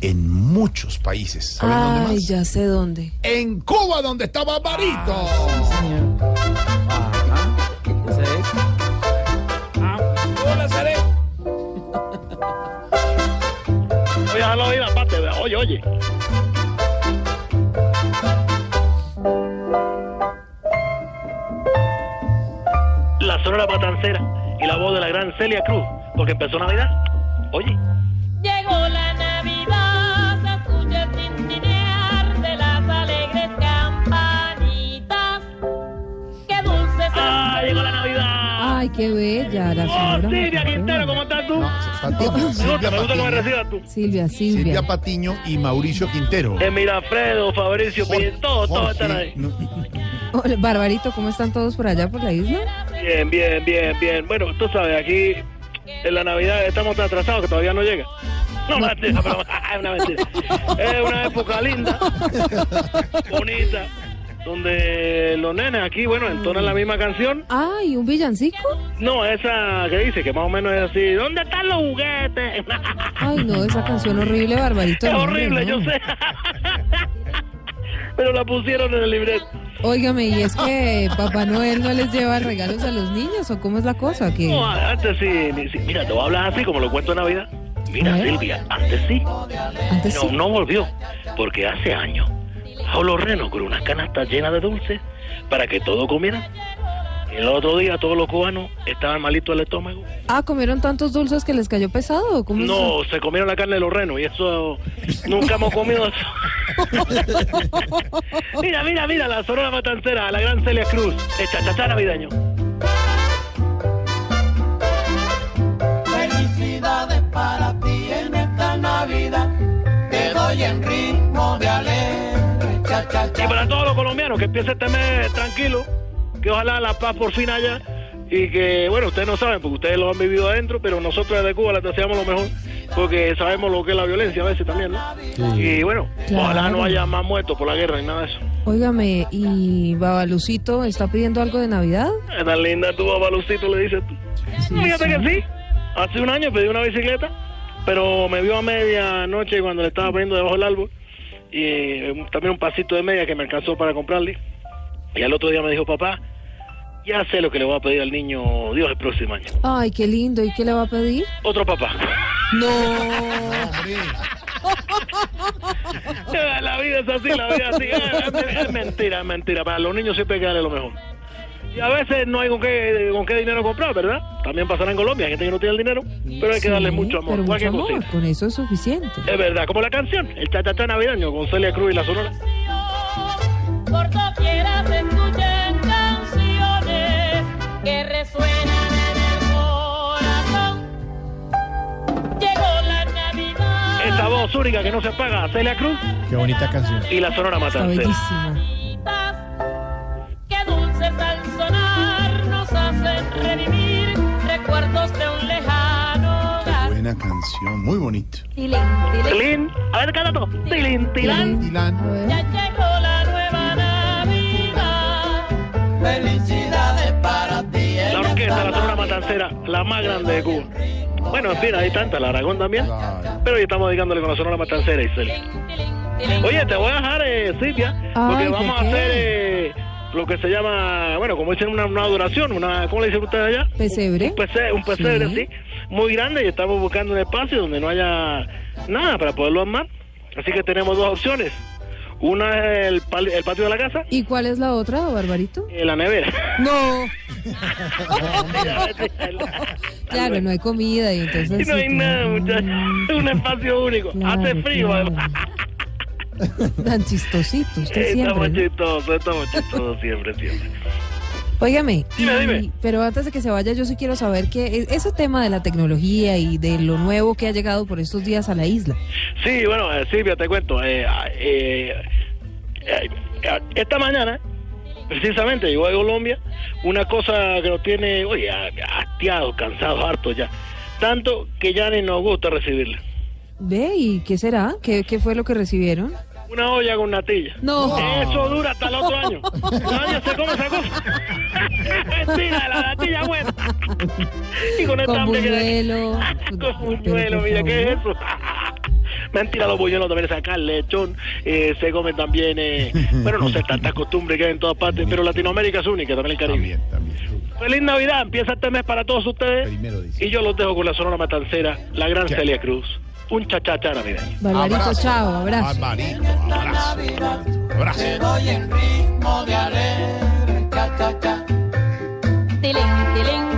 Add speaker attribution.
Speaker 1: en muchos países. ¿Saben dónde
Speaker 2: Ay,
Speaker 1: más?
Speaker 2: ya sé dónde.
Speaker 1: En Cuba, donde está Barbarito.
Speaker 2: Ah.
Speaker 3: Ah,
Speaker 4: Oye, déjalo oír aparte, oye, oye. La sonora patancera y la voz de la gran Celia Cruz, porque empezó Navidad. Oye.
Speaker 5: Llegó la Navidad, se escucha el tintinear de las alegres campanitas. ¡Qué dulce
Speaker 4: ¡Ah,
Speaker 5: es
Speaker 4: llegó la Navidad!
Speaker 2: Ay, qué bella la
Speaker 4: ¡Oh,
Speaker 2: señora
Speaker 4: Silvia
Speaker 2: Macondo.
Speaker 4: Quintero, ¿cómo estás tú?
Speaker 1: No, se está todo.
Speaker 4: Me
Speaker 1: Silvia
Speaker 4: gusta, me gusta cómo me
Speaker 1: Patiño,
Speaker 4: recibas tú.
Speaker 2: Silvia, Silvia.
Speaker 1: Silvia Patiño y Mauricio Quintero.
Speaker 4: Eh, mira, Alfredo, Fabricio, Pien, todos, todos están ahí.
Speaker 2: Hola, Barbarito, ¿cómo están todos por allá por la isla?
Speaker 4: Bien, bien, bien, bien. Bueno, tú sabes, aquí en la Navidad estamos tan atrasados que todavía no llega. No, mentira, pero ah, es una mentira. Es una época linda, bonita, donde los nenes aquí, bueno, entonan la misma canción.
Speaker 2: Ay, ¿un villancico?
Speaker 4: No, esa que dice, que más o menos es así, ¿dónde están los juguetes?
Speaker 2: Ay, no, esa canción horrible, Barbarito.
Speaker 4: Es
Speaker 2: no,
Speaker 4: horrible,
Speaker 2: no.
Speaker 4: yo sé. Pero la pusieron en el libreto.
Speaker 2: Óigame, ¿y es que Papá Noel no les lleva regalos a los niños o cómo es la cosa? ¿Qué?
Speaker 4: No, ah, antes sí, ni- sí. Mira, te voy a hablar así como lo cuento en Navidad. Mira,
Speaker 2: A ver.
Speaker 4: Silvia, antes sí.
Speaker 2: Antes
Speaker 4: No,
Speaker 2: sí.
Speaker 4: no volvió, porque hace años Jolo Reno con unas canastas llenas de dulces para que todo comiera. El otro día todos los cubanos estaban malitos del estómago.
Speaker 2: Ah, ¿comieron tantos dulces que les cayó pesado? o ¿Cómo es
Speaker 4: No, se comieron la carne de los renos y eso nunca hemos comido eso. mira, mira, mira, la sonora matancera, la gran Celia Cruz, el chachachá navideño.
Speaker 3: Felicidades para ti en esta Navidad. Te doy en ritmo de alegre. Cha, cha,
Speaker 4: Y
Speaker 3: cha.
Speaker 4: para todos los colombianos que empiece este mes tranquilo, que ojalá la paz por fin haya y que, bueno, ustedes no saben porque ustedes lo han vivido adentro, pero nosotros desde Cuba la deseamos lo mejor porque sabemos lo que es la violencia a veces también, ¿no? Y bueno,
Speaker 2: Claro.
Speaker 4: ojalá no haya más muertos por la guerra ni nada de eso.
Speaker 2: Óigame, ¿y Babalucito está pidiendo algo de Navidad?
Speaker 4: Es Eh, tan linda tu babalucito, le dices tú. Fíjate que sí, hace un año pedí una bicicleta, pero me vio a medianoche cuando le estaba poniendo debajo del árbol y eh, un- también un pasito de media que me alcanzó para comprarle. Y al otro día me dijo, papá, ya sé lo que le voy a pedir al niño Dios el próximo año.
Speaker 2: Ay, qué lindo, ¿y qué le va a pedir?
Speaker 4: Otro papá.
Speaker 2: No.
Speaker 4: Ah, la vida es así, la vida es así. Ah, Es, es mentira, es mentira. Para los niños siempre hay que darle lo mejor. Y a veces no hay con qué, con qué dinero comprar, ¿verdad? También pasará en Colombia, hay gente que no tiene el dinero, pero hay que
Speaker 2: Sí,
Speaker 4: darle mucho amor,
Speaker 2: pero
Speaker 4: cualquier
Speaker 2: mucho amor,
Speaker 4: cosita.
Speaker 2: con eso es suficiente.
Speaker 4: Es verdad, como la canción, el tatatá navideño con Celia Cruz y la Sonora.
Speaker 5: canción. Por doquiera se escuchan canciones que resuenan en el corazón. Llegó la Navidad.
Speaker 2: Ah.
Speaker 4: Esta voz única que no se apaga, Celia Cruz
Speaker 6: Qué bonita canción.
Speaker 4: y la Sonora
Speaker 2: Está
Speaker 4: Matancera.
Speaker 2: bellísima.
Speaker 5: que dulces al sonar nos hacen revivir recuerdos de un lejano hogar.
Speaker 1: Buena canción, muy bonito.
Speaker 4: Tilín, a ver, cántato. Tilín, tilán.
Speaker 2: A
Speaker 1: Dylan.
Speaker 2: ver.
Speaker 5: Ya llegó la nueva Navidad.
Speaker 3: Felicidades para ti en
Speaker 4: La orquesta,
Speaker 3: esta
Speaker 4: la
Speaker 3: Navidad.
Speaker 4: Sonora Matancera, la más grande de Cuba. Bueno, en fin, hay tanta, la Aragón también.
Speaker 1: Claro.
Speaker 4: Pero hoy estamos dedicándole con la Sonora Matancera y Celia. Oye, te voy a dejar, eh, Silvia, porque
Speaker 2: Ay, ¿de
Speaker 4: vamos a
Speaker 2: qué?
Speaker 4: hacer eh, lo que se llama, bueno, como dicen, una, una duración, una, ¿cómo le dicen ustedes allá?
Speaker 2: Pesebre.
Speaker 4: Un pesebre, un pesebre,
Speaker 2: Sí.
Speaker 4: sí. Muy grande y estamos buscando un espacio donde no haya nada para poderlo armar. Así que tenemos dos opciones. Una es el, pal- el patio de la casa
Speaker 2: ¿Y cuál es la otra, Barbarito?
Speaker 4: y la nevera.
Speaker 2: No.
Speaker 4: Tal
Speaker 2: Claro,
Speaker 4: vez.
Speaker 2: no hay comida y entonces...
Speaker 4: Y no
Speaker 2: sí,
Speaker 4: hay nada,
Speaker 2: claro.
Speaker 4: muchachos. Un espacio único.
Speaker 2: Claro,
Speaker 4: Hace frío,
Speaker 2: claro.
Speaker 4: además.
Speaker 2: Tan chistosito usted
Speaker 4: Estamos
Speaker 2: siempre. ¿no?
Speaker 4: chistosos, estamos chistosos siempre, siempre.
Speaker 2: Óigame,
Speaker 4: Dime,
Speaker 2: y-
Speaker 4: dime.
Speaker 2: pero antes de que se vaya, yo sí quiero saber que e- ese tema de la tecnología y de lo nuevo que ha llegado por estos días a la isla.
Speaker 4: Sí, bueno, eh, Silvia, te cuento. eh, eh, eh, eh, esta mañana, precisamente, llegó de Colombia una cosa que nos tiene, oye, a- hastiados, cansados, hartos ya. Tanto que ya ni nos gusta recibirla.
Speaker 2: Ve, ¿y qué será? ¿Qué, qué fue lo que recibieron?
Speaker 4: Una olla con natilla.
Speaker 2: No.
Speaker 4: Eso dura hasta el otro año. Nadie se come esa cosa. Mentira, la natilla buena. y con esta
Speaker 2: Con
Speaker 4: hambre que-
Speaker 2: buñuelo.
Speaker 4: Con
Speaker 2: Pero,
Speaker 4: buñuelo,
Speaker 2: por
Speaker 4: mira, ¿qué es
Speaker 2: favor.
Speaker 4: eso? Me han tirado bolluelo también, sacan lechón, eh, se comen también, eh, bueno, no sé, tantas costumbres que hay en todas partes, pero Latinoamérica es única, también el Caribe.
Speaker 1: También, también.
Speaker 4: Feliz Navidad, empieza este mes para todos ustedes.
Speaker 1: Primero de diciembre.
Speaker 4: Y yo los dejo con la Sonora Matancera, la gran
Speaker 1: Ya.
Speaker 4: Celia Cruz. Un chachachá navideño.
Speaker 2: Barbarito,
Speaker 1: Abrazo.
Speaker 2: chao, abrazo.
Speaker 1: Barbarito, abrazo.
Speaker 3: Navidad.
Speaker 1: Ah, Abrazo.
Speaker 3: Te doy en ritmo de alegre, cha cha cha.
Speaker 6: Tiling, tiling,